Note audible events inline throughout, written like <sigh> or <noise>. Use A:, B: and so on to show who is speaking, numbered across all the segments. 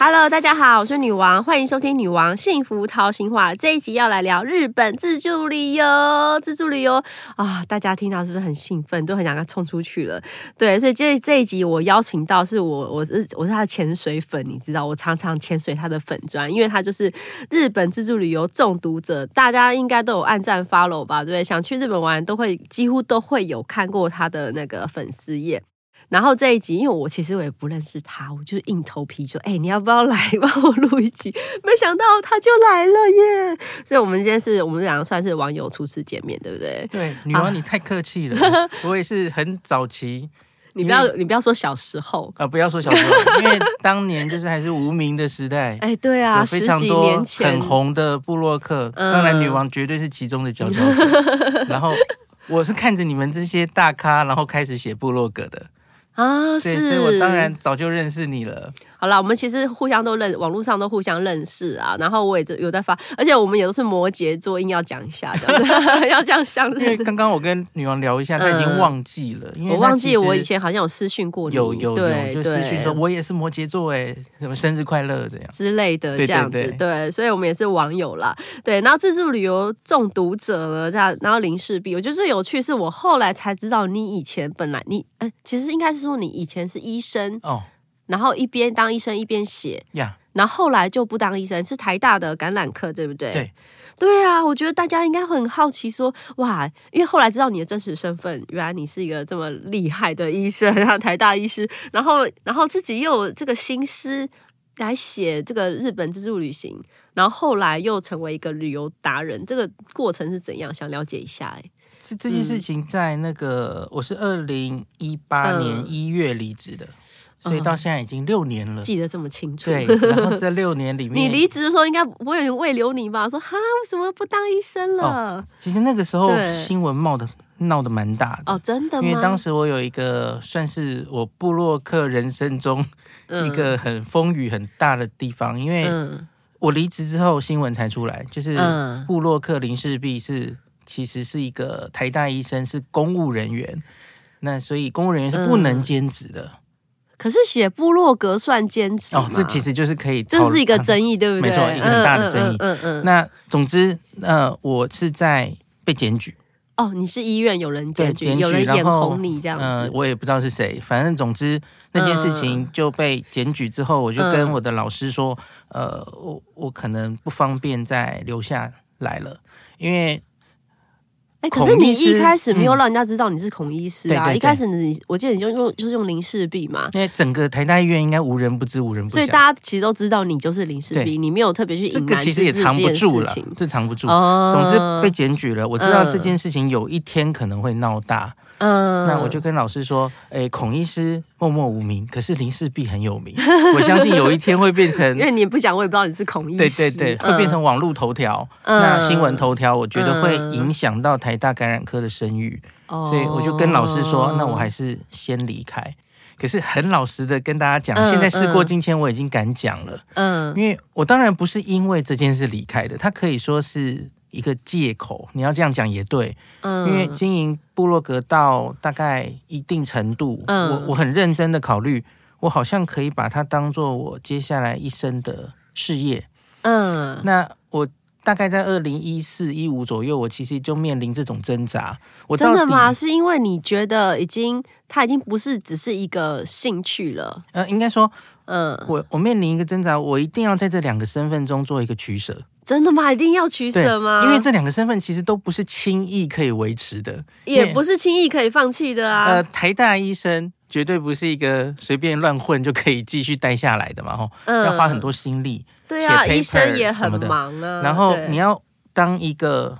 A: Hello，大家好，我是女王，欢迎收听《女王幸福掏心话》这一集要来聊日本自助旅游，自助旅游啊，大家听到是不是很兴奋，都很想要冲出去了？对，所以这这一集我邀请到是我，我是我是他的潜水粉，你知道，我常常潜水他的粉砖，因为他就是日本自助旅游中毒者，大家应该都有暗赞 follow 吧，对不对？想去日本玩都会几乎都会有看过他的那个粉丝页。然后这一集，因为我其实我也不认识他，我就硬头皮说：“哎、你要不要来帮我录一集？”没想到他就来了耶！所以我们今天是我们两个算是网友初次见面，对不对？
B: 对，女王你太客气了， <laughs> 我也是很早期
A: 你不要你不要说小时候，
B: 啊、呃不要说小时候，因 <laughs> 为当年就是还是无名的时代，
A: 哎、对啊，
B: 有非
A: 十
B: 常
A: 几
B: 多
A: 年前
B: 很红的部落客，
A: 嗯
B: 当然女王绝对是其中的佼佼
A: <laughs>
B: 者。然后我是看着你们这些大咖，然后开始写部落格的，
A: 啊，
B: 对，
A: 是。
B: 所以我当然早就认识你
A: <laughs>
B: 了。
A: 好啦，我们其实互相都认，网络上都互相认识啊。然后我也有在发，而且我们也都是摩羯座，硬要讲一下的， <laughs> 要这样相
B: 因为
A: 认。
B: 刚刚我跟女王聊一下，她已经忘记了，因
A: 嗯
B: 为
A: 我
B: 她
A: 忘
B: 其
A: 记我
B: 实
A: 以前好像有私讯过你，
B: 有有
A: 对
B: 有就私
A: 对
B: 讯说我也是摩羯座哎，什么生日快乐这样。
A: 之类的这
B: 对对
A: 样子，
B: 对
A: 所以我们也是网友啦，对。然后自助旅游中毒者呢，这样，然后林氏璧，我觉得最有趣是我后来才知道，你以前本来你，哎、其实应该是说你以前是医生，
B: 哦
A: 然后一边当医生一边写，
B: 呀，
A: 然后后来就不当医生，是台大的感染科，对不对？
B: 对，
A: 对啊，我觉得大家应该很好奇说，哇，因为后来知道你的真实身份，原来你是一个这么厉害的医生，然后台大医师，然后 <laughs> 然后自己又有这个心思来写这个日本自助旅行，然后后来又成为一个旅游达人，这个过程是怎样？想了解一下、哎，
B: 这这件事情在那个、我是二零一八
A: 嗯
B: 年一月离职的，所以到现在已经六年了。
A: 记得这么清楚。
B: 嗯对，然后这六年里面，
A: <laughs> 你离职的时候应该不会有人慰留你吧？说哈，为什么不当医生了？
B: 其实那个时候
A: 对
B: 新闻闹的闹得蛮大的。
A: 哦，真的吗？
B: 因为当时我有一个算是我部落客人生中一个很风雨很大的地方，因为
A: 嗯
B: 我离职之后新闻才出来，就是
A: 嗯
B: 布洛克林氏璧是其实是一个台大医生，是公务人员，那所以公务人员是
A: 嗯
B: 不能兼职的、
A: 可是写部落格算兼职
B: 哦。这其
A: 实
B: 实就是可以讨
A: 这
B: 论，
A: 是一个争议，对不对？
B: 没错一个很大的争议
A: 嗯嗯嗯嗯嗯
B: 那总之，呃，我是在被检举，
A: 哦，你是医院有人检举，
B: 对检举
A: 有人眼
B: 然后
A: 红你这样子。嗯
B: 呃，我也不知道是谁，反正总之那件事情就被检举之后，我就跟我的老师说，呃，我我可能不方便再留下来了，因为
A: 哎、可是
B: 孔
A: 你
B: 医师
A: 一开始没有让人家知道你是孔医师啊！
B: 嗯对对对
A: 一开始你，我记得你就用就是用林氏璧嘛，
B: 因为整个台大医院应该无人不知，无人不
A: 所以
B: 晓。
A: 大家其实都知道你就是林氏璧，
B: 对
A: 你没有特别去
B: 这
A: 隐
B: 个
A: 瞒
B: 其实也
A: 自己
B: 藏不
A: 这件
B: 住
A: 事
B: 了
A: 情。，
B: 这藏不住。
A: 哦
B: 总之被检举了，我知道
A: 嗯
B: 这件事情有一天可能会闹大，
A: 嗯
B: 那我就跟老师说，诶，孔医师默默无名，可是林氏璧很有名， <laughs> 我相信有一天会变成
A: <laughs> 因，为你也不讲，我也不知道你是孔医
B: 对对
A: 师，
B: 对，会变成网络头条，
A: 嗯
B: 那新闻，头条，我觉得会
A: 嗯
B: 影响到台大感染科的声誉，
A: 所
B: 所以我就跟老师说，那我还
A: 是
B: 是先离开。可是很老实的跟大家讲，
A: 嗯
B: 现在事过
A: 嗯
B: 境迁，我已经敢讲了。
A: 嗯
B: 因为我当然不是因为这件事离开的，它可以说是一个借口。你要这样讲也对，
A: 嗯，
B: 因为经营部落格到大概一定程度，
A: 嗯
B: 我我很认真的考虑，我好像可以把它当做我接下来一生的事业。
A: 嗯
B: 那我。大概在二零一四一五左右，我其实就面临这种挣扎。我到
A: 真
B: 底
A: 的吗？？是因为你觉得已经它已经不是只是一个兴趣了，
B: 呃，应该说，
A: 嗯，
B: 我我面临一个挣扎，我一定要在这两个身份中做一个取舍。
A: 真的吗？一定要取
B: 对
A: 舍吗？
B: 因为这两个身份其实都不是轻易可以维持的。
A: 也不是轻易可以放弃的啊
B: 呃，。台大医生绝对不是一个随便乱混就可以继续待下来的嘛，吼，
A: 嗯
B: 要花很多心力。
A: 对啊，
B: 写 paper
A: 医生也
B: 什
A: 很
B: 么的
A: 忙啊。
B: 然后
A: 对
B: 你要当一个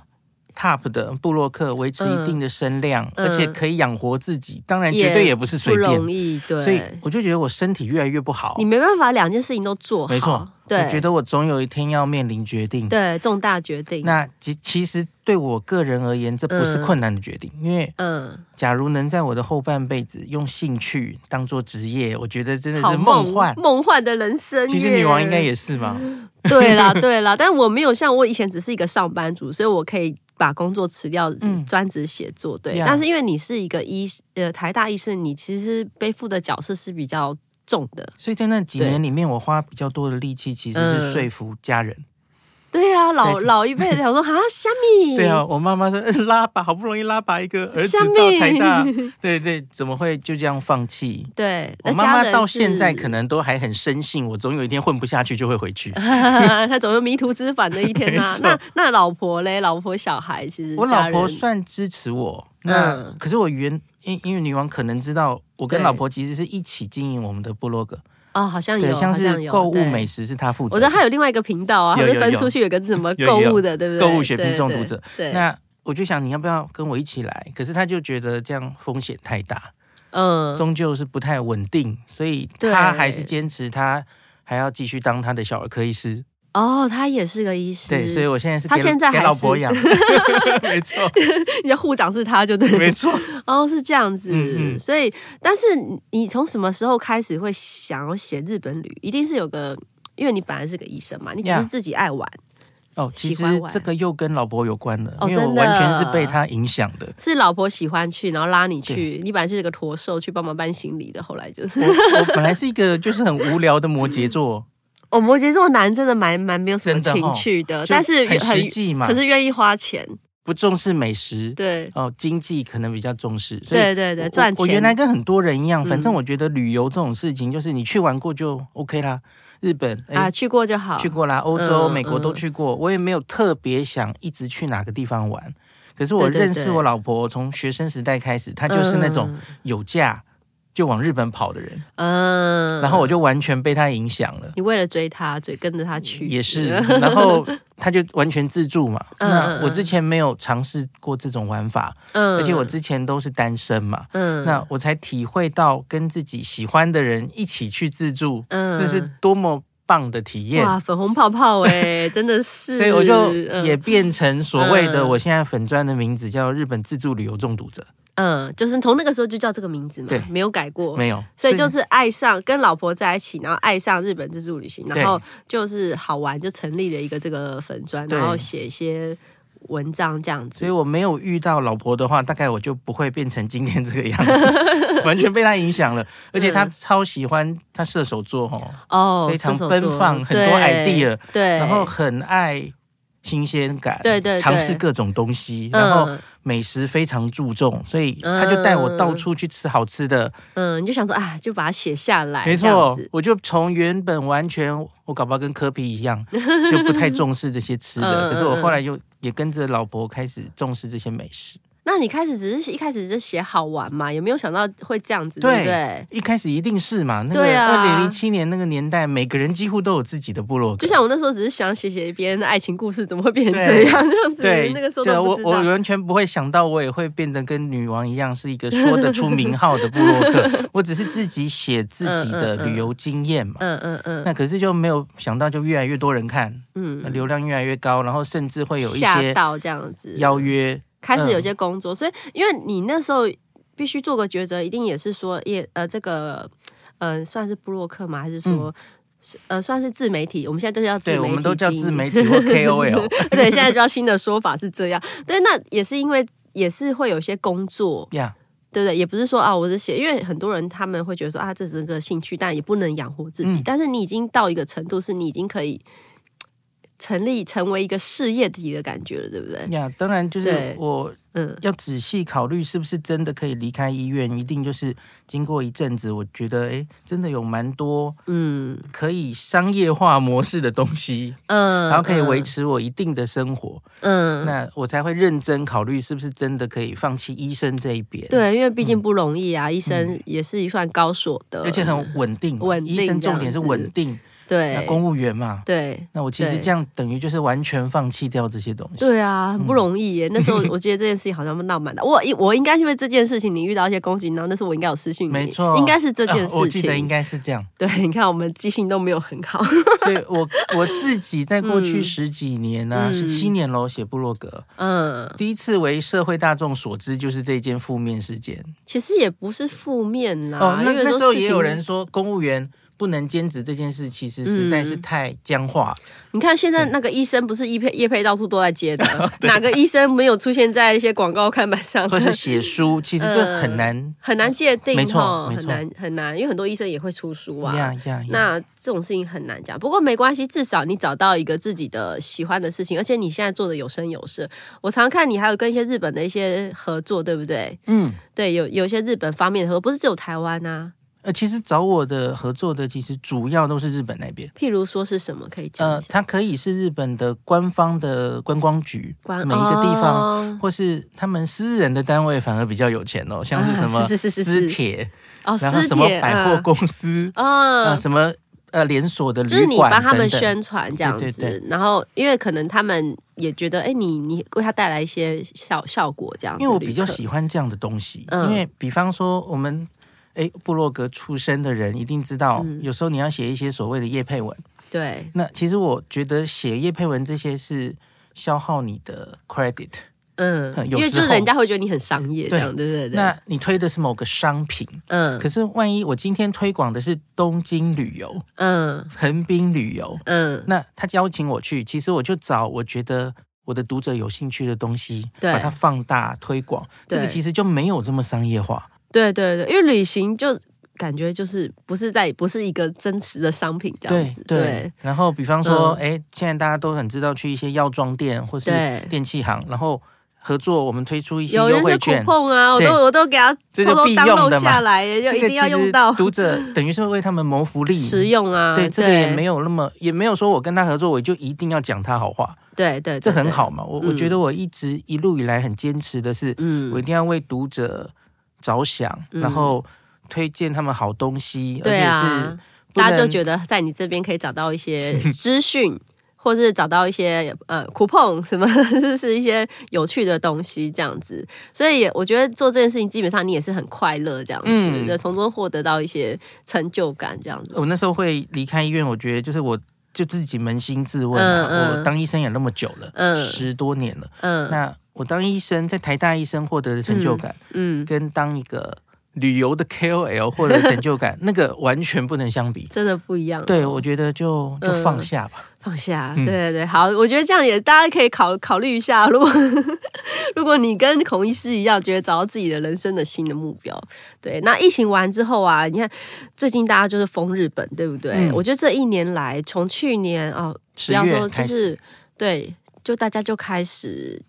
B: top 的布洛克，维持一定的声量，
A: 嗯
B: 而且可以养活自己，当然
A: 也
B: 绝对也不是
A: 不
B: 随便。
A: 容易，
B: 所以
A: 对，
B: 我就觉得我身体越来越不好
A: 你。没办法两件事情都做好。
B: 没错，
A: 对，
B: 我觉得我总有一天要面临决定。
A: 对重大决定。
B: 那其其实对我个人而言，这不是
A: 嗯
B: 困难的决定，因为
A: 嗯，
B: 假如能在我的后半辈子用兴趣当做职业，我觉得真的
A: 好
B: 是梦幻。
A: 梦幻的人生。
B: 其实女王应该。也是吧？
A: <laughs> 对啦，对啦，但我没有像我以前只是一个上班族，所以我可以把工作辞掉，
B: 嗯
A: 专职写作。对
B: Yeah
A: 但是因为你是一个医呃台大医生，你其实背负的角色是比较重的。
B: 所以在那几年里面，我花比较多的力气其实
A: 嗯
B: 是说服家人。
A: 对啊，老老一辈的 <laughs> 想说啊，虾米，
B: 对啊，我妈妈说嗯拉拔，好不容易拉拔一个儿子到台
A: <laughs>
B: 大，对对，怎么会就这样放弃？
A: 对，
B: 我
A: 那
B: 妈
A: 家
B: 妈
A: 人
B: 到现在
A: 是嗯
B: 可能都还很深信，我总有一天混不下去就会回去。
A: <laughs> 他总有迷途知返的一天 <laughs> 呐、
B: 没错
A: 那那老婆嘞，老婆小孩其实
B: 我
A: 家
B: 老婆
A: 人
B: 算支持我，那、
A: 嗯
B: 可是我原因因为女王可能知道，我跟
A: 对
B: 老婆其实是一起经营我们的部落格，
A: 哦，好像
B: 对，
A: 有，
B: 像
A: 好
B: 是
A: 有
B: 购物。
A: 对
B: 美食是她负责
A: 我知道他有另外一个频道啊，他
B: 有
A: 是
B: 有
A: 分
B: 有
A: 出去有个什么
B: 有
A: 购
B: 有
A: 物的，对不对？
B: 购物血
A: 对
B: 拼中毒
A: 对
B: 者
A: 对，
B: 那我就想你要不要跟我一起来？可是她就觉得这样风险太大，
A: 嗯，
B: 终究是不太稳定，所以
A: 对
B: 她还是坚持她还要继续当她的小儿科医师。
A: 哦，他也是个医师，
B: 对，所以我现在是
A: 她
B: 给
A: 现在
B: 给
A: 还
B: 老
A: 是 <laughs>
B: 婆养，没错，
A: 你的护长是他，就对了
B: 没
A: <laughs>
B: 错。
A: 哦，是这样子。
B: 嗯嗯
A: 所以，但是你你从什么时候开始会想要写日本旅？一定是有个，因为你本来是个医生嘛，你只是
B: Yeah
A: 自己爱玩
B: 哦，其
A: 喜欢
B: 实
A: 玩
B: 这个又跟老婆有关了，
A: 哦
B: 因为我
A: 真的
B: 完全是被她影响的。
A: 是老婆喜欢去，然后拉你去。你本来是一个驼兽，去帮忙搬行李的，后来就是。 <laughs>
B: 我我本来是一个就是很无聊的摩羯座，
A: 我哦摩羯座男真的蛮蛮没有什么
B: 真的
A: 情
B: 哦
A: 趣的，
B: 就
A: 呃但是
B: 很实际嘛
A: 可，是愿意花钱。
B: 不重视美食，
A: 对
B: 哦，经济可能比较重视，所以
A: 对对对，
B: 我
A: 赚
B: 我
A: 钱。
B: 原来跟很多人一样，反正
A: 嗯
B: 我觉得旅游这种事情，就是你去玩过就 OK 啦。日本哎、
A: 啊，去过就好。
B: 去过啦，欧洲、
A: 嗯
B: 美国都
A: 嗯
B: 去过，我也没有特别想一直去哪个地方玩。可是我
A: 对对
B: 认识
A: 对嗯
B: 我老婆，从学生时代开始，她就是那种有假就往日本跑的人，
A: 嗯，嗯嗯
B: 然后我就完全被她影响了。
A: 你为了追他，追跟着他去 <laughs>
B: 也是，然后他就完全自助嘛。
A: 嗯
B: 那
A: 嗯
B: 我之前没有尝试过这种玩法，
A: 嗯
B: 而且我之前都是单身嘛，
A: 嗯
B: 那我才体会到跟自己喜欢的人一起去自助，
A: 嗯
B: 那是多么棒的体验。
A: 哇，粉红泡泡哎、
B: <laughs>
A: 真的是。
B: 所以我就
A: 嗯
B: 也变成所谓的
A: 嗯
B: 我现在粉砖的名字叫日本自助旅游中毒者，
A: 嗯，就是从那个时候就叫这个名字嘛，
B: 对
A: 没有改过。
B: 没有，
A: 哦所以就是爱上跟老婆在一起，然后爱上日本自助旅行，
B: 对
A: 然后就是好玩，就成立了一个这个粉砖，
B: 对
A: 然后写一些文章这样子。
B: 所以我没有遇到老婆的话，大概我就不会变成今天这个样子，
A: <laughs>
B: 完全被她影响了。而且她
A: 嗯
B: 超喜欢她射手座哦，
A: 哦，
B: 非常
A: 射手座
B: 奔放很多
A: 对
B: idea，
A: 对，
B: 然后很爱新鲜感，
A: 对对对
B: 尝试各种东西，
A: 嗯
B: 然后美食非常注重，所以她就带我到处去吃好吃的。
A: 嗯，你就想说啊，就把它写下来，
B: 没
A: 这样
B: 错
A: 子，
B: 我就从原本完全我搞不好跟科比一
A: <laughs>
B: 样，就不太重视这些吃
A: 嗯嗯
B: 的，可是我
A: 嗯
B: 后来就也跟着老婆开始重视这些美食。
A: 那你开始只是一开始只是写好玩嘛，有没有想到会这样子，对
B: 对
A: 不对？
B: 一开始一定是嘛，那个
A: 对
B: 二
A: 啊
B: 零零七年那个年代，每个人几乎都有自己的部落格，
A: 就像我那时候只是想写写别人的爱情故事，怎么会变成这
B: 对
A: 样？ <laughs> 这样子，
B: 对，
A: 那个时候
B: 对啊
A: 都
B: 我
A: 不知
B: 我
A: 道。
B: 完全不会想到，我也会变得跟女王一样，是一个说得出名号的部落
A: <laughs>
B: 客。我只是自己写自己的
A: 嗯嗯嗯
B: 旅游经验嘛。
A: 嗯嗯嗯
B: 那可是就没有想到，就越来越多人看，
A: 嗯，
B: 流量越来越高，然后甚至会有一
A: 吓
B: 些嗯
A: 到这样子，
B: 邀约。
A: 开始有些工作，所以因为你那时候必须做个抉择，一定也是说也呃这个嗯、呃、算是布洛克吗？还是说、呃算是自媒体？我们现在都叫自媒
B: 嗯对，
A: 体，
B: 我们都
A: <laughs>
B: 叫自。媒体或 KOL。
A: 对，现在就要新的说法是这样。对，那也是因为也是会有些工作，
B: 呀，
A: 对不对？也不是说啊，我是写，因为很多人他们会觉得说啊，这只是个兴趣，但也不能养活自己。
B: 嗯
A: 但是你已经到一个程度，是你已经可以成立成为一个事业体的感觉了，对不 <laughs> 对？
B: 呀，当然就是
A: 对
B: 我
A: 嗯
B: 要仔细考虑是不是真的可以离开医院，一定就是经过一阵子，我觉得哎，诶真的有蛮多
A: 嗯
B: 可以商业化模式的东西，
A: 嗯，
B: 然后可以维
A: 持
B: 持我一定的生活，
A: 嗯。嗯
B: 那我才会认真考虑是不是真的可以放弃医生这一边。，
A: 对，因为毕竟不容易啊，医生也是一算高所得，
B: 嗯而且很稳定嘛，
A: 稳定
B: 医生重点是稳定，那
A: 对
B: 公务员嘛。
A: 对
B: 那我其实
A: 对
B: 这样等于就是完全放弃掉这些东西。
A: 对啊，
B: 嗯
A: 很不容易耶。那时候我觉得这件事情好像蛮浪漫的，我我应该是因为这件事情你遇到一些攻击，然后那时候我应该有私讯你，
B: 没错，
A: 应该是这件
B: 啊我
A: 事
B: 记得应
A: 情。
B: 该是这样。
A: 对，你看我们记性都没有很好，
B: 所以我我自己在过去
A: 嗯
B: 十几年呢、啊，
A: 嗯
B: 十七年喽，写部落格，
A: 嗯，
B: 第一次为社会大众所知就是这件负面事件。
A: 其实也不是负面啦。
B: 哦，那
A: 啊因为
B: 那时候
A: 事情
B: 也有人说公务员不能兼职这件事，其实实在是
A: 嗯
B: 太僵化。
A: 你看现在那个医生不是叶配叶配到处都在接的，哪个医生没有出现在一些广告看板上？
B: 或是写书，其实这很难、
A: <laughs> 很难界定，
B: 没错
A: 吼
B: 没错
A: 很难很难，因为很多医生也会出书啊。
B: 呀呀呀！
A: 那这种事情很难讲，不过没关系，至少你找到一个自己的喜欢的事情，而且你现在做的有声有色。我常看你还有跟一些日本的一些合作，对不对？
B: 嗯，
A: 对，有有一些日本方面的合作，不是只有台湾啊。
B: 呃，其实找我的合作的，其实主要都是日本那边。
A: 譬如说是什么，可以讲
B: 呃
A: 一，下？
B: 它可以是日本的官方的观光局，
A: 关
B: 每一个地方，
A: 哦
B: 或是他们私人的单位反而比较有钱
A: <laughs>
B: 哦，像是什么
A: 啊是是是是
B: 私铁，
A: 哦，
B: 呃然后
A: 私
B: 什么
A: 铁
B: 百货公司，
A: 嗯
B: 啊，
A: 嗯
B: 什么呃连锁的旅
A: 就
B: 馆
A: 是
B: 等
A: 你
B: 等，
A: 帮他们宣传这样子，
B: 对对
A: 然后因为可能他们也觉得，哎、你你为他带来一些效效果这样子。
B: 因为我比较
A: 旅客
B: 喜欢这样的东西，
A: 嗯
B: 因为比方说我们哎部落格出身的人一定知道，
A: 嗯
B: 有时候你要写一些所谓的业配文，
A: 对，
B: 那其实我觉得写业配文这些是消耗你的 credit，
A: 嗯，
B: 嗯
A: 因
B: 有
A: 为就
B: 时
A: 是
B: 候
A: 人家会觉得你很商业这
B: 对
A: 样，对对对。
B: 那你推的是某个商品，
A: 嗯
B: 可是万一我今天推广的是东京旅
A: <laughs>
B: 游、
A: 嗯
B: 横滨旅游，
A: 嗯，
B: 那他邀请我去，其实我就找我觉得。我的读者有兴趣的东西，
A: 对
B: 把它放大推广，这个
A: 对
B: 其实就没有这么商业化。
A: 对对对，因为旅行就感觉就是不是在不是一个真实的商品这样
B: 对
A: 子，对
B: 对。然后比方说，
A: 嗯
B: 哎、现在大家都很知道去一些药妆店或是
A: 对
B: 电器行，然后合作我们推出一些
A: 有
B: 优
A: 那
B: 惠
A: 些苦
B: 券。
A: 碰啊，我
B: 对
A: 都我都给他
B: 这
A: 偷
B: 就
A: 偷
B: 必
A: 当
B: 用
A: 漏
B: 的嘛
A: 下来，就一定要用到
B: 这个其实读者等于是为他们谋福
A: <laughs>
B: 利。
A: 实用啊。
B: 对，这个也没
A: 有，
B: 有那么，也没有说我跟他合作，我就一定要讲他好话，
A: 对对，对
B: 这很。好嘛。我我
A: 嗯
B: 觉得我一直一路以来很坚持的是，
A: 对嗯
B: 我一定要为读者着想，
A: 嗯
B: 然后推荐他们好东西，
A: 对
B: 而且
A: 啊
B: 是，不
A: 大家就
B: 能
A: 觉得在你这边可以找到一些
B: <laughs>
A: 资讯，或是找到一些呃 coupon 什么， <laughs> 就是一些有趣的东西这样子。所以也我觉得做这件事情，基本上你也是很快乐这样子，
B: 嗯
A: 就从中获得到一些成就感这样子。
B: 我那时候会离开医院，我觉得就是我就自己扪心自问啊，
A: 嗯嗯
B: 我当医生也那么久了，
A: 嗯
B: 十多年了，
A: 嗯
B: 那我当医生在台大医生获得的成就感，
A: 嗯，
B: 跟当一个旅游的 KOL 获得的成就
A: <laughs>
B: 感，那个完全不能相比。
A: 真的不一样。
B: 对，我觉得就就
A: 嗯
B: 放下吧。
A: 放下，对
B: 嗯
A: 对对，好，我觉得这样也大家可以考考虑一下。 <laughs> 如果如果你跟孔医师一样，觉得找到自己的人生的新的目标，对，那疫情完之后啊，你看最近大家就是疯日本，对不对？
B: 嗯
A: 我觉得这一年来，从去年哦，
B: 十
A: 不要
B: 月
A: 说
B: 开
A: 就
B: 始，
A: 是对，就大家就开始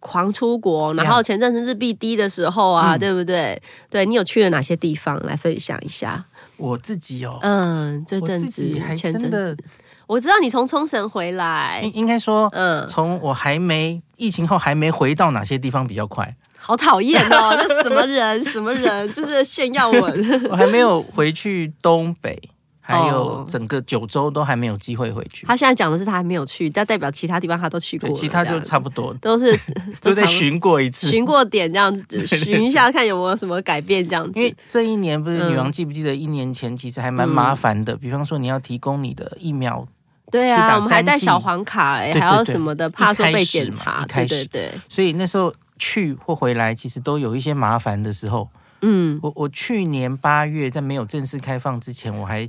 A: 狂出国，
B: 呀
A: 然后前阵子日币低的时候啊，
B: 嗯
A: 对不对？对你有去了哪些地方来分享一下？
B: 我自己哦，
A: 嗯，这
B: 我
A: 阵
B: 自
A: 子
B: 己还
A: 前
B: 真
A: 阵
B: 的
A: 子，我知道你从冲绳回来，
B: 应应该说，
A: 嗯，
B: 从我还没疫情后还没回到哪些地方比较快，
A: 好讨厌哦！这什么人，什么人，就是炫耀文。
B: 我还没
A: <laughs>
B: 有回去东北，还有
A: 哦
B: 整个九州都还没有机会回去。
A: 他现在讲的是他还没有去，但代表其他地方他都去过
B: 对，
A: 了，
B: 其他
A: 这
B: 就
A: 样
B: 差不多，
A: 都是 <laughs>
B: 就
A: 都
B: 再
A: 在
B: 巡过一次。
A: 巡过点这样子，巡一下看有没有什么改变这样子
B: 因。为这一年不是
A: 嗯
B: 女王，记不记得一年前其实还蛮麻烦的，比方说你要提供你的疫苗，
A: 对
B: 去打
A: 啊，我们还
B: 三
A: 带
B: 剂
A: 小黄卡哎、
B: 对对
A: 还要
B: 对
A: 什么的，怕说被
B: 一开始嘛
A: 检查。
B: 一
A: 对
B: 开
A: 对
B: 始
A: 对，
B: 所以那时候去或回来其实都有一些麻烦的时候。
A: 嗯
B: 我我去年八月在没有正式开放之前，我还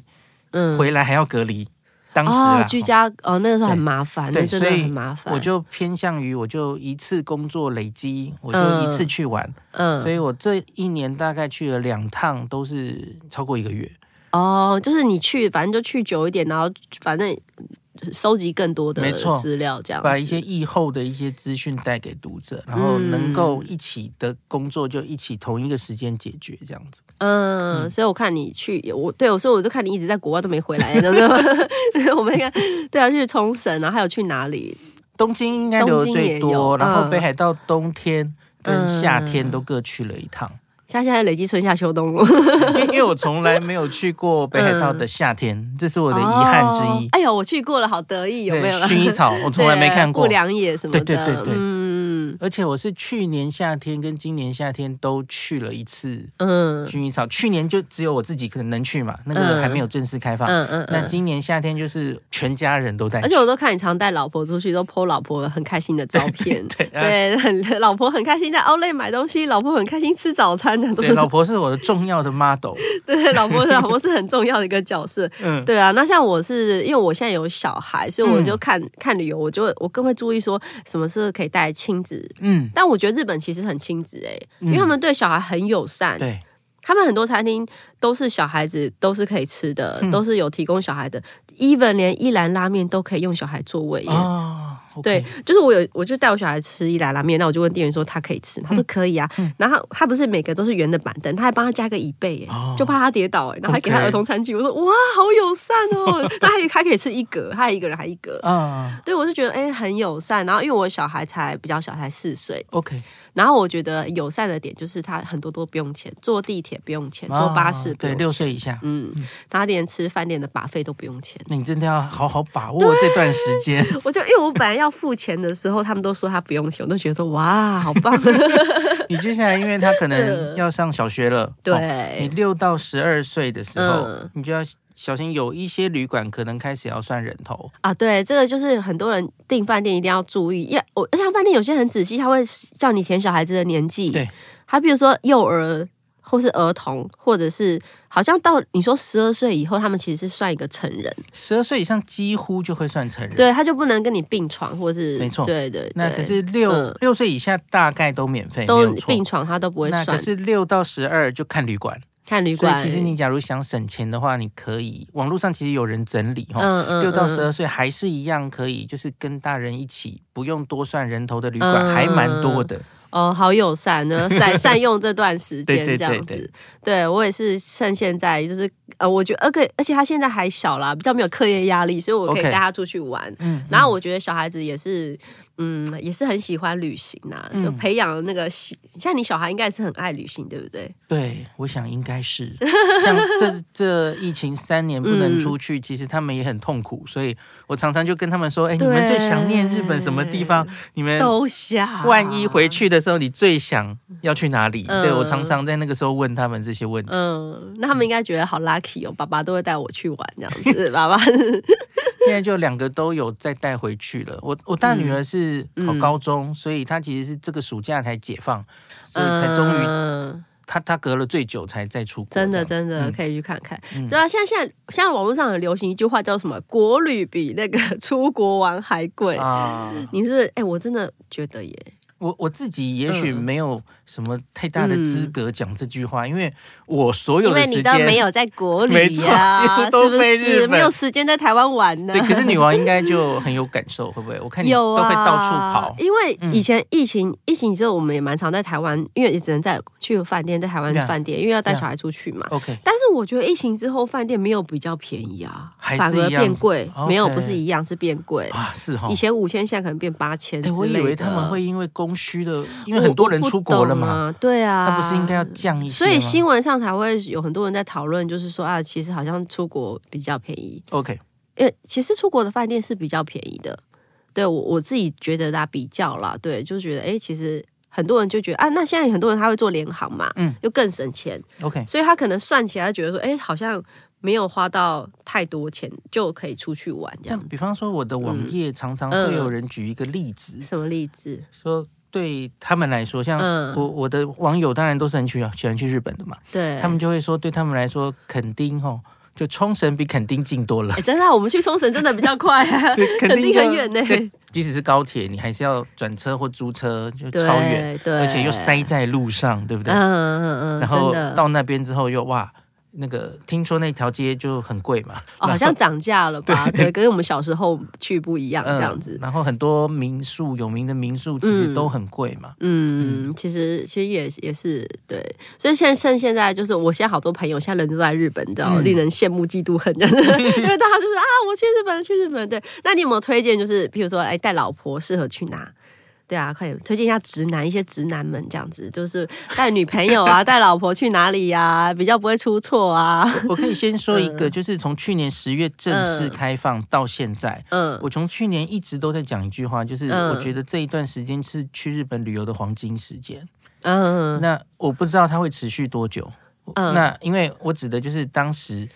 A: 嗯。
B: 回来还要隔离，当时
A: 哦
B: 啊，，
A: 居家哦，那个时候很
B: 对
A: 麻烦，
B: 对
A: 那真的
B: 所以
A: 很麻烦。
B: 我就偏向于我就一次工作累积，我
A: 嗯
B: 就一次去玩，
A: 嗯
B: 所以我这一年大概去了两趟，都是超过一个月。
A: 哦，就是你去，反正就去久一点，然后反正收集更多的
B: 没错
A: 资料，这样
B: 把一
A: 子
B: 些疫后的一些资讯带给读者，然后
A: 嗯
B: 能够一起的工作就一起同一个时间解决这样子。
A: 嗯，所以我看你去，我对我说，我就看你一直在国外都没回来，真的吗？我们看，对啊， <laughs> 去冲绳，然后还有去哪里？
B: 东京应该留的最
A: 东京也有
B: 多，然
A: 嗯
B: 后北海道冬天跟夏天
A: 嗯
B: 都各去了一趟， <laughs>
A: 像现在累积春夏秋冬了，
B: 因为因为我从来没有去过北海道的夏天，这是我的遗憾
A: 嗯
B: 之
A: 哦
B: 一。 <laughs>
A: 哎呦，我去过了，好得意，有没有 <laughs>
B: 对，薰衣草我从来没看过
A: 对不。良野什么的，
B: 对对对对
A: 嗯，
B: 而且我是去年夏天跟今年夏天都去了一次
A: 嗯
B: 薰衣草，去年就只有我自己可能去嘛，那个还没有正式开放。
A: 嗯嗯
B: 啊那
A: 嗯。
B: 今年夏天就是全家人都带去，
A: 而且我都看你常带老婆出去，都 po 老婆很开心的照片，
B: <laughs> 对啊
A: 对，很 <laughs> 老婆很开心在 Olay 买东西，老婆很开心吃早餐的，都
B: 对，老婆是我的重要的 model。
A: <laughs> 对，老婆老婆是很重要的一个角色。
B: 嗯，
A: <laughs> 对啊，那像我是因为我现在有小孩，所以我就看、看旅游，我就我更会注意说什么是可以带亲子。 <laughs>
B: 嗯，
A: 但我觉得日本其实很亲子哎、因为他们对小孩很友善，
B: 对，
A: 他们很多餐厅都是小孩子都是可以吃的，
B: 嗯
A: 都是有提供小孩的，even 连一兰拉面都可以用小孩座位耶。
B: 哦，
A: 对，就是我有，我就带我小孩吃一兰拉面，那我就问店员说他可以吃吗，他
B: 嗯
A: 说可以啊。然后他不是每个都是圆的板凳，他还帮他加个椅背耶，
B: 哦
A: 就怕他跌倒哎，然后还给他
B: OK
A: 儿童餐具。我说哇，好友善
B: <laughs>
A: 哦，那还还可以吃一格，他一个人还一格。
B: 啊
A: 对，我就觉得哎、很友善。然后因为我小孩才比较小，才四岁，
B: ，OK，
A: 然后我觉得友善的点就是他很多都不用钱，坐地铁不用钱，坐
B: 啊
A: 巴士不
B: 对，
A: 用
B: 六岁以下，
A: 嗯，然后连吃饭店的把费都不用钱。
B: 那你真的要好好把握这段时间。
A: 我就因为我本来要付钱的时候，他们都说他不用钱，我都觉得说哇，好棒！啊
B: 你接下来，因为他
A: <laughs>
B: 可能要上小学了，哦
A: 对，
B: 你六到十二岁的时
A: 哎
B: 候
A: 嗯，
B: 你就要小心，有一些旅馆可能开始要算人头。
A: 啊，对，这个就是很多人订饭店一定要注意，因为我像饭店有些很仔细，他会叫你填小孩子的年纪，
B: 对，
A: 他比如说幼儿或是儿童，或者是好像到你说十二岁以后，他们其实是算一个成人，
B: 十二岁以上几乎就会算成人。
A: 对，他就不能跟你并床，或是
B: 没错
A: 对对对，
B: 那可是六
A: 嗯
B: 六岁以下大概都免费，没
A: 都
B: 有错
A: 并床他都不会
B: 那
A: 算
B: 可，是六到十二就看旅馆，
A: 看旅
B: 所以
A: 馆，
B: 其实你假如想省钱的话，你可以网络上其实有人整理哈，
A: 嗯嗯
B: 六到十
A: 二
B: 二岁还是一样可以，就是跟大人一起，不用多算人头的旅
A: 嗯
B: 馆还蛮多的。
A: 哦，好友善
B: <laughs>
A: 呢，善善用这段时间
B: 对对
A: 这样子。
B: 对对
A: 对我也是趁现在，就是呃，我觉得而且而且他现在还小啦，比较没有课业压力，所以我可以
B: OK
A: 带他出去玩。
B: 嗯，
A: 然后我觉得小孩子也是，嗯，也是很喜欢旅行呐、
B: 嗯
A: 就培养那个喜。像你小孩应该也是很爱旅行，对不对？
B: 对，我想应该是像
A: <laughs>
B: 这这疫情三年不能出去，其实他们也很痛苦，所以我常常就跟他们说，哎，你
A: 对
B: 们最想念日本什么地方？你们
A: 都想
B: 嗯万一回，去的时候，你最想要去哪里？
A: 嗯
B: 对我常常在那个时候问他们这些问题。
A: 嗯，那他们应该觉得好 lucky 哦，爸爸都会带我去玩这样
B: <laughs>
A: 子，爸爸
B: 现在就两个都有再带回去了。我我大
A: 嗯
B: 女儿是考高中，所以她其实是这个暑假才解放，所以才终于
A: 于
B: 她她隔了最久才再出国。
A: 嗯真的
B: 这样
A: 真的
B: 嗯
A: 可以去看看。
B: 嗯
A: 对啊，现在现在现在网络上很流行一句话叫什么“国旅比那个 <laughs> 出国玩还贵”
B: 啊，
A: 你是哎、我真的觉得耶，
B: 我我自己也许
A: 嗯
B: 没有什么太大的资格讲这句话，因为我所有
A: 因
B: 的
A: 为你
B: 时
A: 都
B: 间
A: 没。有在
B: <laughs>
A: 国旅
B: 没错
A: 呀、
B: 几乎
A: 是
B: 都
A: 不
B: 飞日
A: 是
B: 本
A: 没有时间在台湾玩呢
B: 对，？
A: <laughs>
B: 可是女王应该就很有感受，会不会？我看你
A: 有
B: 都
A: 啊，
B: 会到处跑，嗯
A: 因为以前疫情、疫情之后，我们也蛮常在台湾，因为也只能在去饭店，在台湾
B: Yeah
A: 饭店，因为要带
B: Yeah
A: 小孩出去嘛。
B: OK，
A: 但是我觉得疫情之后，饭店没有比较便宜啊，
B: 还是
A: 反而
B: 一样
A: 变贵。
B: OK
A: 没有，不是一样，是变贵。
B: 啊，是哈
A: 以。前五千，现在可能变八千之
B: 哎，
A: 类的。
B: 我以为他们会因为供需的，因为很多人出国了
A: 我
B: 嘛，
A: 我不懂啊对啊，
B: 那不是应该要降一些
A: 所
B: 吗？
A: 以新闻上才会有很多人在讨论，就是说啊，其实好像出国比较便宜，
B: OK，
A: 因为其实出国的饭店是比较便宜的。对我我自己觉得啦，比较啦，对，就觉得哎、其实很多人就觉得啊，那现在很多人他会做联航嘛，
B: 嗯，
A: 又更省钱，
B: OK，
A: 所以他可能算起来觉得说，哎、好像没有花到太多钱就可以出去玩这
B: 像
A: 样。
B: 比方说我的网页常常会有人举一个例子，
A: 什么例子？
B: 说对他们来说，像
A: 嗯
B: 我我的网友当然都是很喜欢喜欢去日本的嘛，
A: 对，
B: 他们就会说对他们来说，垦丁吼就冲绳比垦丁近多了
A: <laughs> 哎、。真的啊、我们去冲绳真的比较快啊，
B: <laughs> 对，垦
A: 肯定
B: 就
A: <laughs> 很远呢、
B: 对即使是高铁，你还是要转车或租车，就
A: 对
B: 超远，，
A: 对，
B: 而且又塞在路上，对不对？
A: 嗯嗯嗯，
B: 然后
A: 真的
B: 到那边之后又哇，那个听说那条街就很贵嘛，
A: 哦，好
B: 然后
A: 像涨价了
B: <laughs>
A: 吧？对，跟我们小时候去不一样，这样子
B: 嗯。然后很多民宿有名的民宿其实都很贵嘛。
A: 嗯，其实其实也也是对，所以现在趁现在就是，我现在好多朋友现在人都在日本，你知道，
B: 嗯
A: 令人羡慕嫉妒恨，
B: <laughs>
A: 真的，因为大家就是啊，我去日本，去日本。对，那你有没有推荐？就是譬如说，哎，带老婆适合去哪？对啊，快点推荐一下直男，一些直男们这样子，就是带女朋友
B: <laughs>
A: 啊，带老婆去哪里呀、比较不会出错啊。
B: 我可以先说一个，就是从去年十月正式
A: 嗯
B: 开放到现在，
A: 嗯，
B: 我从去年一直都在讲一句话，就是
A: 嗯
B: 我觉得这一段时间是去日本旅游的黄金时间。
A: 嗯
B: 那我不知道它会持续多久。
A: 嗯
B: 那因为我指的就是当时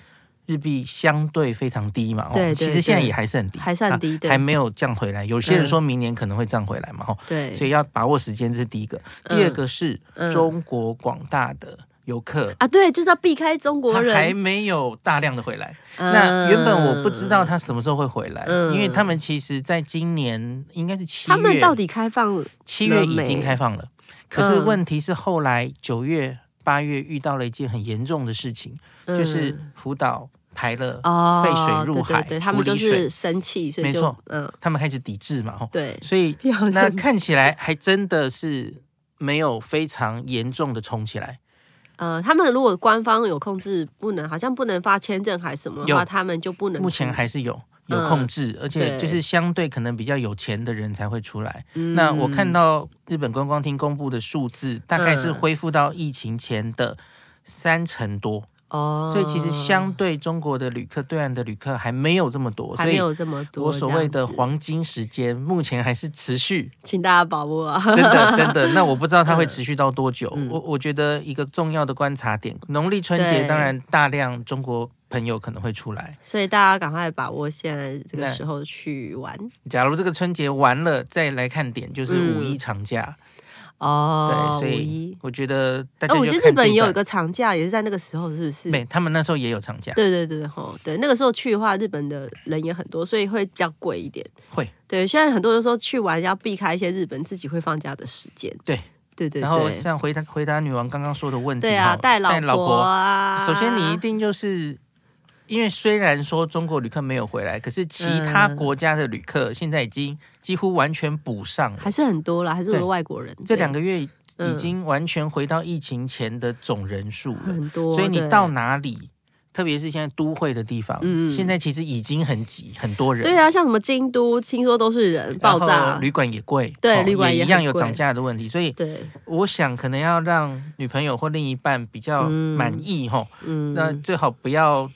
B: 日币相对非常低嘛，哦
A: 对对
B: 其实现在
A: 对
B: 也还是很低，
A: 还算
B: 啊
A: 低对
B: 还没有降回来。有些人
A: 嗯
B: 说明年可能会降回来嘛，哦，
A: 对，
B: 所以要把握时间，这是第一个。
A: 嗯
B: 第二个是
A: 嗯
B: 中国广大的游客。
A: 啊，对，就是要避开中国
B: 他还
A: 人。
B: 没有大量的回来，
A: 嗯
B: 那原本我不知道他什么时候会回来，
A: 嗯
B: 因为他们其实在今年应该是七月，
A: 他们到底开放
B: 七月已经开放了，
A: 嗯
B: 可是问题是后来九月、八月遇到了一件很严重的事情，就是福岛排了，
A: 嗯哦，
B: 废水入海
A: 对对对，
B: 处
A: 他们就
B: 理水
A: 是生气，所以
B: 没
A: 就
B: 错
A: 嗯，
B: 他们开始抵制嘛，吼
A: 对，
B: 所以
A: 漂
B: 那
A: 亮，
B: 看起来还真的是没有非常严重的冲起来，
A: 呃，他们如果官方有控制，不能好像不能发签证还是什么的话，
B: 有
A: 他们就不能去。
B: 目前还是有。
A: 嗯
B: 有控制，而且就是相对可能比较有钱的人才会出来。
A: 嗯
B: 那我看到日本观光厅公布的数字，大概是
A: 嗯
B: 恢复到疫情前的三成多。
A: 哦，
B: 所以其实相对中国的旅客，对岸的旅客还没有这么多，
A: 还
B: 所
A: 没
B: 以
A: 有这么多
B: 我所谓的
A: 这样子
B: 黄金时间，目前还是持续，
A: 请大家把握啊。 <laughs>
B: 真的真的。那我不知道它会持续到多久。
A: 嗯
B: 我我觉得一个重要的观察点，农历春
A: 对
B: 节当然大量中国朋友可能会出来。
A: 所以大家赶快把握现在这个
B: 对
A: 时候去玩
B: 假如这个春节完了再来看点，就是
A: 嗯
B: 五一长假。
A: 哦。
B: 对，所
A: 五
B: 以
A: 一，
B: 我觉得大
A: 哎、
B: 家就
A: 我
B: 看
A: 觉
B: 这
A: 得
B: 一
A: 日本也有一
B: 段，
A: 个长假，也是在那个时候，是不是？
B: 对他们那时候也有长假，
A: 对对对，吼，对，那个时候去的话，日本的人也很多，所以会比较贵一点。
B: 会。
A: 对，现在很多人说去玩要避开一些日本自己会放假的时间。
B: 对
A: 对对
B: 然后
A: 对，
B: 像回答回答女王刚刚说的问题，
A: 对啊，
B: 哈
A: 带老
B: 老
A: 婆
B: 婆
A: 啊，
B: 首先，你一定就是因为虽然说中国旅客没有回来，可是其他国家的旅客现在已经几乎完全补上了。
A: 还是很多啦，还是很多
B: 对
A: 外国人。
B: 这两
A: 个
B: 个月已
A: 嗯
B: 经完全回到疫情前的总人数了，
A: 很多，
B: 所以你
A: 对
B: 到哪里，特别是现在都会的地方，
A: 嗯
B: 现在其实已经很挤，很多人。
A: 对啊，像什么京都，听说都是人
B: 然
A: 爆
B: 后
A: 炸。啊
B: 旅馆也贵，
A: 对
B: 哦
A: 旅馆也
B: 一样
A: 很
B: 有
A: 贵
B: 涨价的问题，所以
A: 对，
B: 我想可能要让女朋友或另一半比较
A: 嗯
B: 满意吼，
A: 嗯，
B: 那最好不要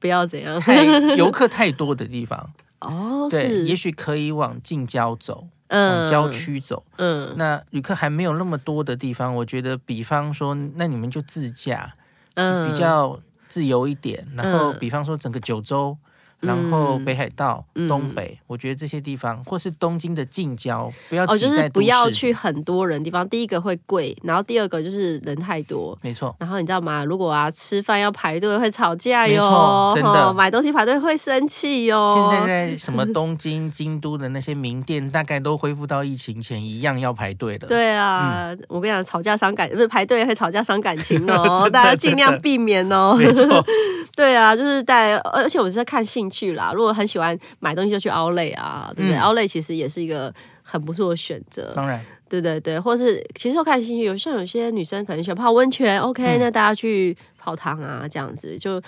A: 不要怎样。
B: <laughs>
A: <laughs>
B: 太游客太多的地方，
A: 哦，
B: 对，
A: 是，
B: 也许可以往近郊走，往
A: 嗯
B: 郊，区走。
A: 嗯
B: 那旅客还没有那么多的地方，我觉得，比方说，那你们就自驾，
A: 嗯
B: 比较自由一点。然后，比方说整个九州，然后
A: 嗯
B: 北海道、
A: 嗯
B: 东北，我觉得这些地方，或是东京的近郊，不要
A: 哦，
B: 挤
A: 就是
B: 在都
A: 不
B: 市
A: 要
B: 里。
A: 去很多人的地方。第一个会贵，然后第二个就是人太多。
B: 没错，
A: 然后你知道吗？如果啊吃饭要排队会吵架
B: 没
A: 哟，
B: 错真的
A: 哦买东西排队会生气
B: 现
A: 哟。
B: 在在什么东京、 <laughs> 京都的那些名店，大概都恢复到疫情前一样要排队的。
A: 对啊，
B: 嗯
A: 我跟你讲，吵架伤感，不是排队会吵架伤感情哦，
B: <laughs> 真的
A: 大家尽量
B: 真的
A: 避免哦。
B: 没错，
A: <laughs> 对啊，就是在，而且我是在看兴趣啦。如果很喜欢买东西，就去 Outlet 啊，对不对、
B: 嗯
A: o u t l e t 其实也是一个很不错的选择。
B: 当然。
A: 对对对，或是其实我看兴趣，有像有些女生可能喜欢泡温泉，OK，、
B: 嗯
A: 那大家去泡汤啊，这样子就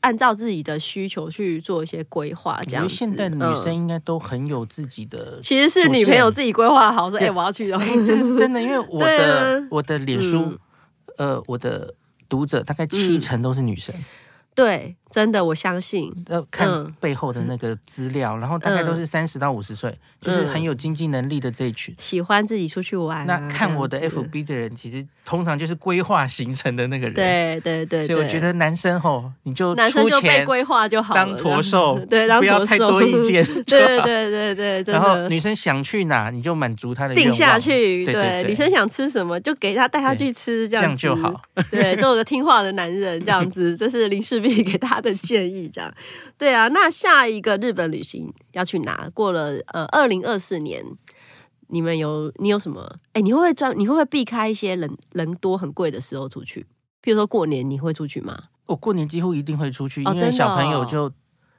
A: 按照自己的需求去做一些规划，这
B: 因
A: 样
B: 为
A: 子。
B: 现在的女
A: 嗯
B: 生应该都很有自己的，
A: 其实是女朋友自己规划好，说哎、我要
B: <laughs>
A: 去哦。
B: 哎、这是
A: <laughs>
B: 真的，因为我的、
A: 对啊嗯
B: 我的脸书，呃，我的读者大概七成都是女生，
A: 对，真的我相信。
B: 呃，
A: 嗯
B: 看背后的那个资料，然后大概都是三十到五十岁，就是很有经济能力的这一群。
A: 喜欢自己出去嗯玩啊、
B: 那看我的
A: 这样子
B: FB 的人，其实通常就是规划行程的那个人，，
A: 对对对对，
B: 所以我觉得男生吼，你就
A: 男生
B: 出
A: 就被
B: 钱
A: 规划就好了，，
B: 当驼兽
A: <laughs> 对，当
B: 不要
A: 驼
B: 太
A: 兽，
B: 多意见，
A: <laughs> 对
B: <laughs>
A: 对对对对，真
B: 然后
A: 的
B: 女生想去哪，你就满足她的愿
A: 定
B: 望
A: 下去，
B: 对对
A: 对，女生想吃什么就给她带她去吃，这
B: 这
A: 样
B: 样
A: 子
B: 就好。。
A: 对，做个听话的男人这样
B: <laughs>
A: 子，这是林世璧给他的建议。这样，对啊。那下一个日本旅行要去哪？过了呃，二零二四年，你们有你有什么？哎，你会不会专？你会不会避开一些人人多很贵的时候出去？譬如说过年，你会出去吗？
B: 我哦过年几乎一定会出去，
A: 哦
B: 因
A: 真的
B: 为
A: 哦
B: 小朋友就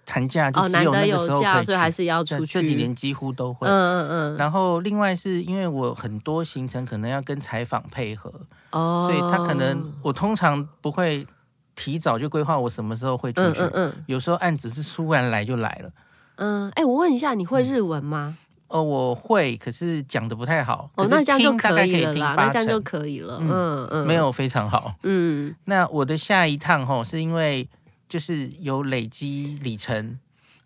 B: 寒假就
A: 哦，
B: 只
A: 难
B: 有
A: 得
B: 那个
A: 有
B: 时候可
A: 假，
B: 以
A: 所以还
B: 去。
A: 是要出
B: 这
A: 去。
B: 这几年几乎都会。
A: 嗯嗯嗯，
B: 然后另外是因为我很多行程可能要跟采访配合，
A: 哦，
B: 所以他可能我通常不会提早就规划我什么时候会出
A: 嗯
B: 去，
A: 嗯嗯
B: 有时候案子是突然来就来了。嗯
A: 嗯，哎、我问一下，你会日文吗？
B: 呃，我会，可是讲的不太好。
A: 哦，
B: 可
A: 那
B: 是
A: 这样就
B: 听大概
A: 可
B: 以
A: 以了
B: 听
A: 啦，
B: 八
A: 那这样就
B: 成
A: 可以了。嗯
B: 嗯
A: 嗯，
B: 没，有非常好。
A: 嗯
B: 那我的下一趟吼，是因为就是有累积里程。
A: 嗯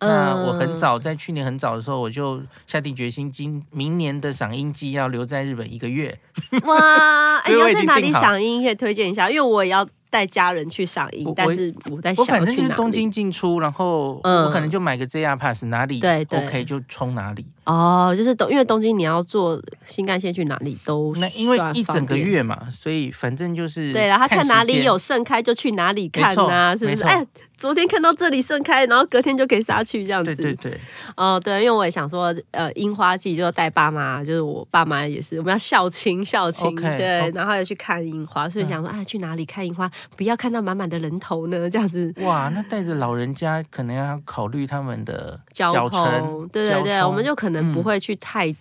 B: 那我很早在去年很早的时候，我就下定决心，今明年的赏樱季要留在日本一个月。 <laughs>
A: 哇，哎，
B: 所以
A: 你
B: 我
A: 要
B: 已
A: 在
B: 经
A: 哪里
B: 订好
A: 赏樱？可以推荐一下，因为我也要带家人去赏樱
B: 我，
A: 但是我在
B: 我
A: 想
B: 反
A: 要
B: 正
A: 去
B: 就是
A: 哪
B: 东
A: 里
B: 京进出，然后
A: 嗯
B: 我可能就买个 JR Pass，哪里
A: 对对
B: OK 就冲哪里。
A: 哦，就是东，因为东京你要坐新干线去哪里都
B: 那因为
A: 算
B: 一整个
A: 啊方便。
B: 月嘛，所以反正就是
A: 对啦，他看
B: 时
A: 哪里
B: 间
A: 有盛开就去哪里看啊，
B: 没错
A: 是不
B: 没
A: 是？
B: 错
A: 哎，昨天看到这里盛开，然后隔天就可以杀去这样
B: 对
A: 子。
B: 对对，
A: 哦，对，因为我也想说，呃，樱花季就带爸妈，就是我爸妈也是，我们要孝亲孝亲
B: OK，
A: 对
B: OK 嗯
A: 然后也去看樱花，所以想说，啊，去哪里看樱花？不要看到满满的人头呢，这样子
B: 哇，那带着老人家可能要考虑他们的
A: 交
B: 程，
A: 通，对对对，
B: 交通
A: 我们就可能不
B: 嗯
A: 会去太。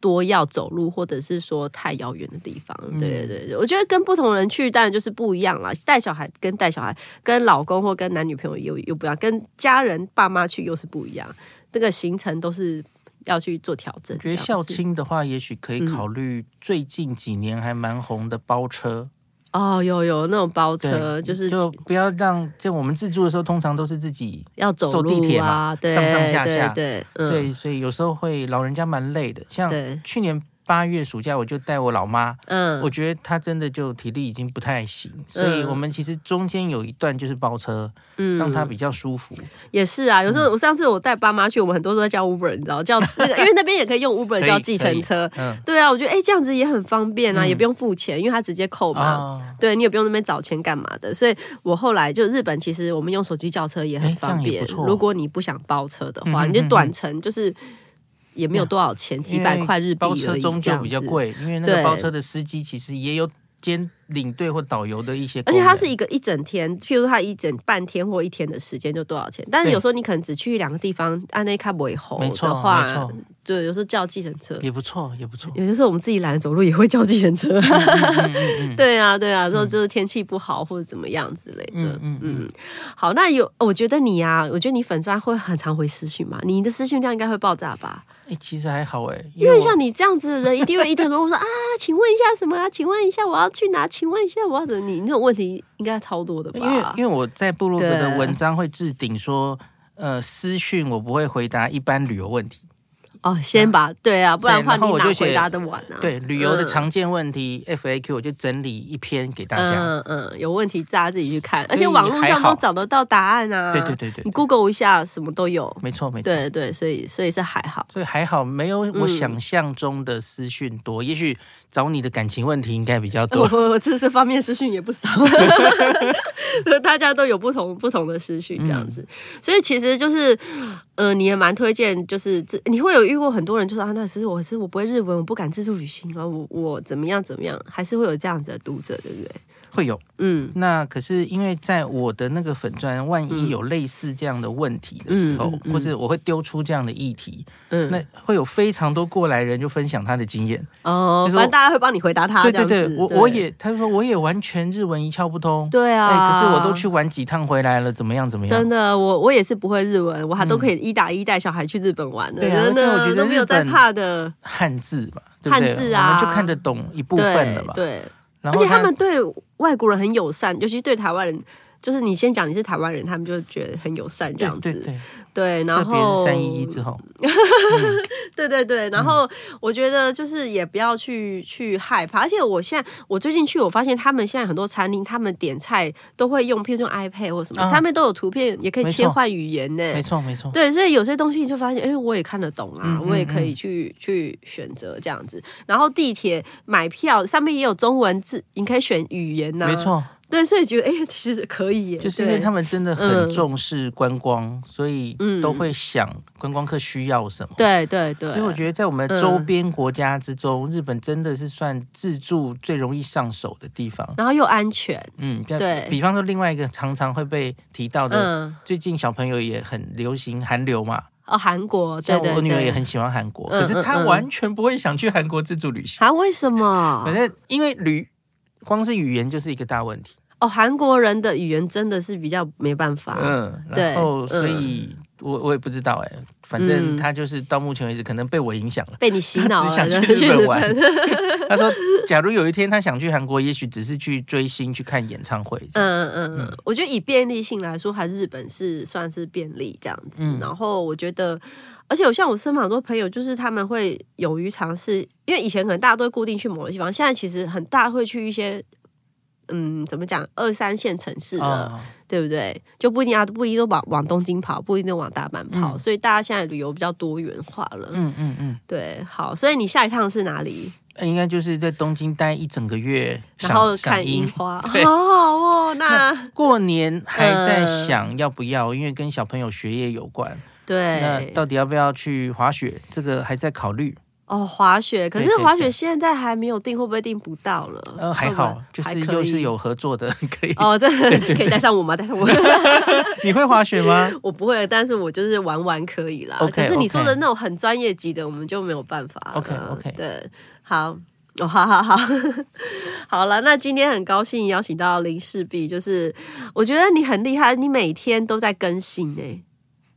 A: 多要走路，或者是说太遥远的地方，对对对，
B: 嗯
A: 对我觉得跟不同人去，当然就是不一样啦。带小孩跟带小孩、跟老公或跟男女朋友又又不一样，跟家人爸妈去又是不一样，这个行程都是要去做调整。
B: 我觉得
A: 这样
B: 校
A: 子嗯
B: 青的话，也许可以考虑最近几年还蛮红的包车，
A: 哦，有有那种包车，
B: 对
A: 就是
B: 就不要让就我们自助的时候，通常都是自己、
A: 要走
B: 走
A: 路
B: 地铁
A: 啊，
B: 嘛
A: 对
B: 上上下下
A: 对对，嗯
B: 对，所以有时候会老人家蛮累的。像
A: 对
B: 去年八月暑假，我就带我老妈，
A: 嗯，
B: 我觉得她真的就体力已经不太行，所以我们其实中间有一段就是包车，
A: 嗯
B: 让她比较舒服。
A: 也是啊。有时
B: 嗯
A: 候我上次我带爸妈去，我们很多都在叫 Uber，你知道
B: <laughs>
A: 叫那个，因为那边也可以用 Uber
B: 可以
A: 叫计程车。
B: 嗯，
A: 对啊，我觉得哎、这样子也很方便啊，
B: 嗯
A: 也不用付钱，因为他直接扣嘛。
B: 啊，
A: 对你也不用那边找钱干嘛的，所以我后来就日本，其实我们用手机叫车也很
B: 哎这样
A: 方
B: 也
A: 便
B: 不。错
A: 如果你不想包车的话，
B: 嗯哼
A: 你就
B: 嗯哼
A: 短程，就是也没有多少钱，几百块日币
B: 包
A: 而
B: 车
A: 已，
B: 终
A: 这
B: 究
A: 样
B: 比较
A: 子
B: 贵，因为那
A: 对
B: 个包车的司机其实也有兼领队或导游的一些
A: 而
B: 功
A: 且
B: 能，
A: 它是一个一整天，譬如说它一整半天或一天的时间就多少钱，但是
B: 对
A: 有时候你可能只去两个地方，按那卡不会红
B: 没错
A: 的
B: 没
A: 话
B: 错，，
A: 对，有时候叫计程车，
B: 也不错也不错。
A: 有些时候我们自己懒得走路也会叫计程车，
B: 嗯嗯
A: <laughs>
B: 嗯
A: 对啊对啊，说就是天气不好或者怎么样之类的
B: 嗯，嗯嗯
A: 嗯，好，那有我觉得你啊，我觉得你粉砖会很常回私讯嘛，你的私讯量应该会爆炸吧？
B: 哎，其实还好哎，
A: 因为
B: 我
A: 像你这样子的人，一定会一堆人问我说 <laughs> 啊，请问一下什么啊？请问一下我要去哪？请问一下我要怎么？你那种问题应该超多的吧？
B: 因为因为我在部落格的
A: 对
B: 文章会置顶说，呃，私讯我不会回答一般旅游问题，
A: 哦，先把、对啊，不然的话
B: 然后
A: 你
B: 我
A: 哪
B: 就写
A: 回答得完啊？
B: 对旅游的
A: 嗯
B: 常见问题 FAQ 我就整理一篇给大家。
A: 嗯嗯，有问题大家自己去看，而且
B: 所以
A: 网络上
B: 还好
A: 都找得到答案啊。
B: 对对对对
A: 你 Google 一下，什么都有。
B: 没错没错。
A: 对嗯对，所以所以是还
B: <laughs>
A: 好。
B: 所以还好，没有我想象中的私讯多。也许找你的感情问题应该比较
A: 我
B: 多。
A: 我我这这方面私讯也不少，大家都有不同不同的私讯这样子，
B: 嗯
A: 所以其实就是，呃，你也蛮推荐，就是这你会有遇过很多人就说啊，那其实我是我不会日文，我不敢自助旅行啊，我我怎么样怎么样，还是会有这样子的读者，对不对？
B: <laughs> 会有
A: 嗯
B: 那可是因为在我的那个粉砖，万一有类似这样的问题的时候，
A: 嗯嗯嗯
B: 或者我会丢出这样的议题，
A: 嗯，
B: 那会有非常多过来人就分享他的经验。
A: 哦，
B: 就是
A: 反正大家会帮你回答他，
B: 对
A: 这
B: 对
A: 样子，
B: 对我我也他说我也完全日文一窍不通。
A: 对啊、
B: 哎，可是我都去。玩几趟回来了，怎么样怎么样
A: 真？的，我我也是不会日文，我还都可以一打一带小孩去日本玩的，
B: 对啊
A: 真
B: 而且我
A: 的
B: 觉得
A: 都没有
B: 日
A: 在
B: 本
A: 怕的。
B: 汉字嘛，对不对？
A: 汉字啊
B: 我们就看得懂一部
A: 对
B: 分了嘛。
A: 对，
B: 然
A: 而
B: 后
A: 且他们对外国人很友善，尤其对台湾人，就是你先讲你是台湾人，他们就觉得很友善这
B: 对
A: 样子。
B: 对对，
A: 对然
B: 特别是
A: 后
B: 三一一
A: <laughs>
B: 之后，嗯
A: 对对对，然后我觉得就是也不要去去害怕，而且我现在我最近去，我发现他们现在很多餐厅，他们点菜都会用，譬如说 iPad 或什么，
B: 啊
A: 上面都有图片，也可以
B: 没错
A: 切换语言呢。
B: 没错没错。
A: 对，所以有些东西你就发现，哎、我也看得懂啊，
B: 哦嗯嗯
A: 我也可以去去选择这样子。然后地铁买票上面也有中文字，你可以选语言呐、
B: 没错，
A: 对，所以觉得哎、其实可以耶，
B: 就是因为
A: 对
B: 他们真的
A: 嗯
B: 很重视观光，所以都会想观光客需要什么。
A: 对对对，嗯
B: 所以我觉得在我们的周边国家之中，日本真的是算自助最容易上手的地方。
A: 然后又安全，
B: 嗯，像
A: 对
B: 比方说另外一个常常会被提到的，
A: 嗯，
B: 最近小朋友也很流行韩流嘛，
A: 哦，韩国，对
B: 像
A: 对
B: 我女儿也
A: 对，
B: 很喜欢韩国，
A: 嗯
B: 可是她
A: 嗯嗯
B: 完全不会想去韩国自助旅行。
A: 啊，为什么
B: 反？正因为旅光是语言就是一个大问题，
A: 哦，韩国人的语言真的是比较没办法，
B: 嗯，
A: 对
B: 然后
A: 嗯
B: 所以我我也不知道哎、反正他就是到目前为止可能被我影响了。
A: 被你洗脑了，
B: 他只想去日本玩 <laughs> 他说，假如有一天他想去韩国，也许只是去追星、去看演唱会。嗯，
A: 嗯嗯嗯，我觉得以便利性来说，还日本是算是便利这样子。
B: 嗯
A: 然后我觉得，而且我像我身旁很多朋友，就是他们会勇于尝试，因为以前可能大家都会固定去某个地方，现在其实很大会去一些。嗯，怎么讲？二三线城市的，
B: 哦
A: 对不对？就不一定啊，不一定都往往东京跑，不一定都往大阪跑，所以大家现在旅游比较多元化了。
B: 嗯嗯嗯，
A: 对，好，所以你下一趟是哪里？
B: 应该就是在东京待一整个月，
A: 然后
B: 赏
A: 看
B: 赏
A: 樱花，好
B: <laughs> 对
A: 好哦。那
B: 过年还在
A: 嗯
B: 想要不要，因为跟小朋友学业有关。那
A: 对，
B: 到底要不要去滑雪？这个还在考虑。
A: 哦，滑雪，可
B: 对
A: 是
B: 对
A: 滑
B: 对
A: 雪现在还没有订，会不会订不到了？
B: 呃，还
A: 会不会
B: 好，就
A: 还
B: 是
A: 可
B: 又是
A: 以
B: 有合作的， <laughs> 可以。
A: 哦，这 <laughs> 可以带上我吗？带
B: <laughs>
A: 上我，
B: 你会滑雪吗？
A: 我不会，但是我就是玩玩可以啦。
B: OK，
A: 可是你
B: OK
A: 说的那种很专业级的，我们就没有办法了。
B: OK，OK
A: 对，好。哦，好好 <laughs> 好，好了，那今天很高兴邀请到林世璧，就是我觉得你很厉害，你每天都在更新哎、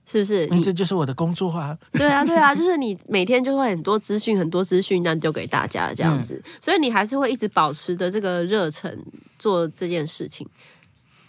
A: 是不是？
B: 嗯，
A: 你
B: 这就是我的工作啊。
A: <laughs> 对啊，对啊，就是你每天就会很多资讯，很多资讯这样丢给大家这样子，所以你还是会一直保持的这个热忱做这件事情。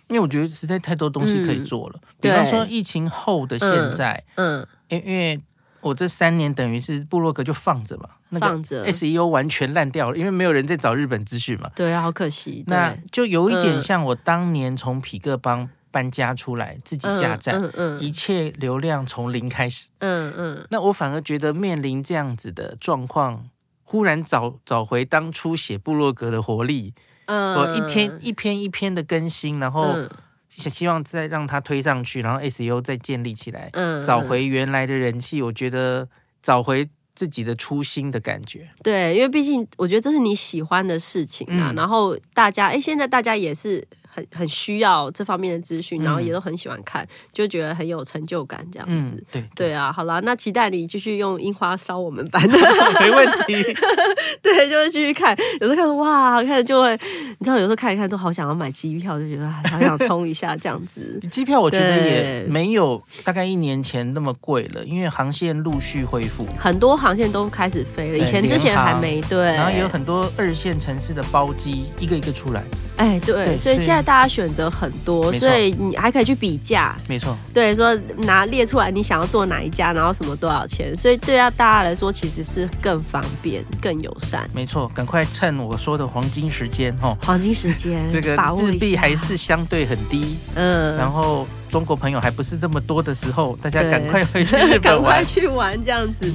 B: 因为我觉得实在太多东西可以做了。
A: 嗯
B: 比
A: 对
B: 方说疫情后的现在，
A: 嗯，
B: 因、因为我这三年等于是部落格就放着嘛，那个
A: 放着，
B: SEO 完全烂掉了，因为没有人在找日本资讯嘛。
A: 对啊，好可惜。
B: 那
A: 对
B: 就有一点
A: 嗯
B: 像我当年从匹克帮搬家出来，自己架站。
A: 嗯嗯
B: 一切流量从零开始，
A: 嗯嗯，
B: 那我反而觉得面临这样子的状况，忽然找找回当初写部落格的活力，
A: 嗯
B: 我一天一篇一篇的更新，然后
A: 嗯
B: 希希望再让它推上去，然后 SEO 再建立起来，
A: 嗯
B: 找回原来的人气。我觉得找回自己的初心的感觉。
A: 对，因为毕竟我觉得这是你喜欢的事情啊。
B: 嗯
A: 然后大家，哎，现在大家也是很很需要这方面的资讯，然后也都很喜欢看，就觉得很有成就感这样子。
B: 嗯，对，
A: 对啊，好啦，那期待你继续用樱花烧我们 <laughs> 班。
B: <laughs> 没问题。
A: <laughs> 对，就会继续看，有时候看说哇，看了就会，你知道，有时候看一看都好想要买机票，就觉得啊好想冲一下这样子。
B: 机票我觉得也
A: 对
B: 没有大概一年前那么贵了，因为航线陆续恢复，
A: 很多航线都开始飞了，以
B: 对
A: 前之
B: 联
A: 前还
B: 航
A: 没对，
B: 然后也有很多二线城市的包机一个一个出来。
A: 哎对，
B: 对
A: 所以
B: 所以
A: 现在大家选择很多，
B: 没错
A: 所以你还可以去比价，
B: 没错，
A: 对，说拿列出来你想要做哪一家，然后什么多少钱，所以对啊大家来说其实是更方便、更友善。
B: 没错，赶快趁我说的黄金时间哦。
A: 黄金时间，
B: 这个
A: 嗯把握
B: 日
A: 一
B: 币
A: 下
B: 还是相对很低，
A: 嗯，
B: 然后中国朋友还不是这么多的时候，大家
A: 对
B: 赶快回去
A: <laughs>
B: 日
A: 赶
B: 本玩
A: 快。
B: 嗯
A: 去玩这样子。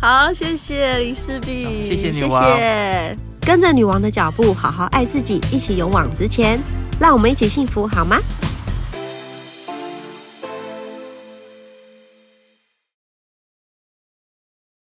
A: 好，谢谢林世璧，
B: 好谢谢女王
A: 谢谢跟着女王的脚步，好好爱自己，一起勇往直前，让我们一起幸福好吗？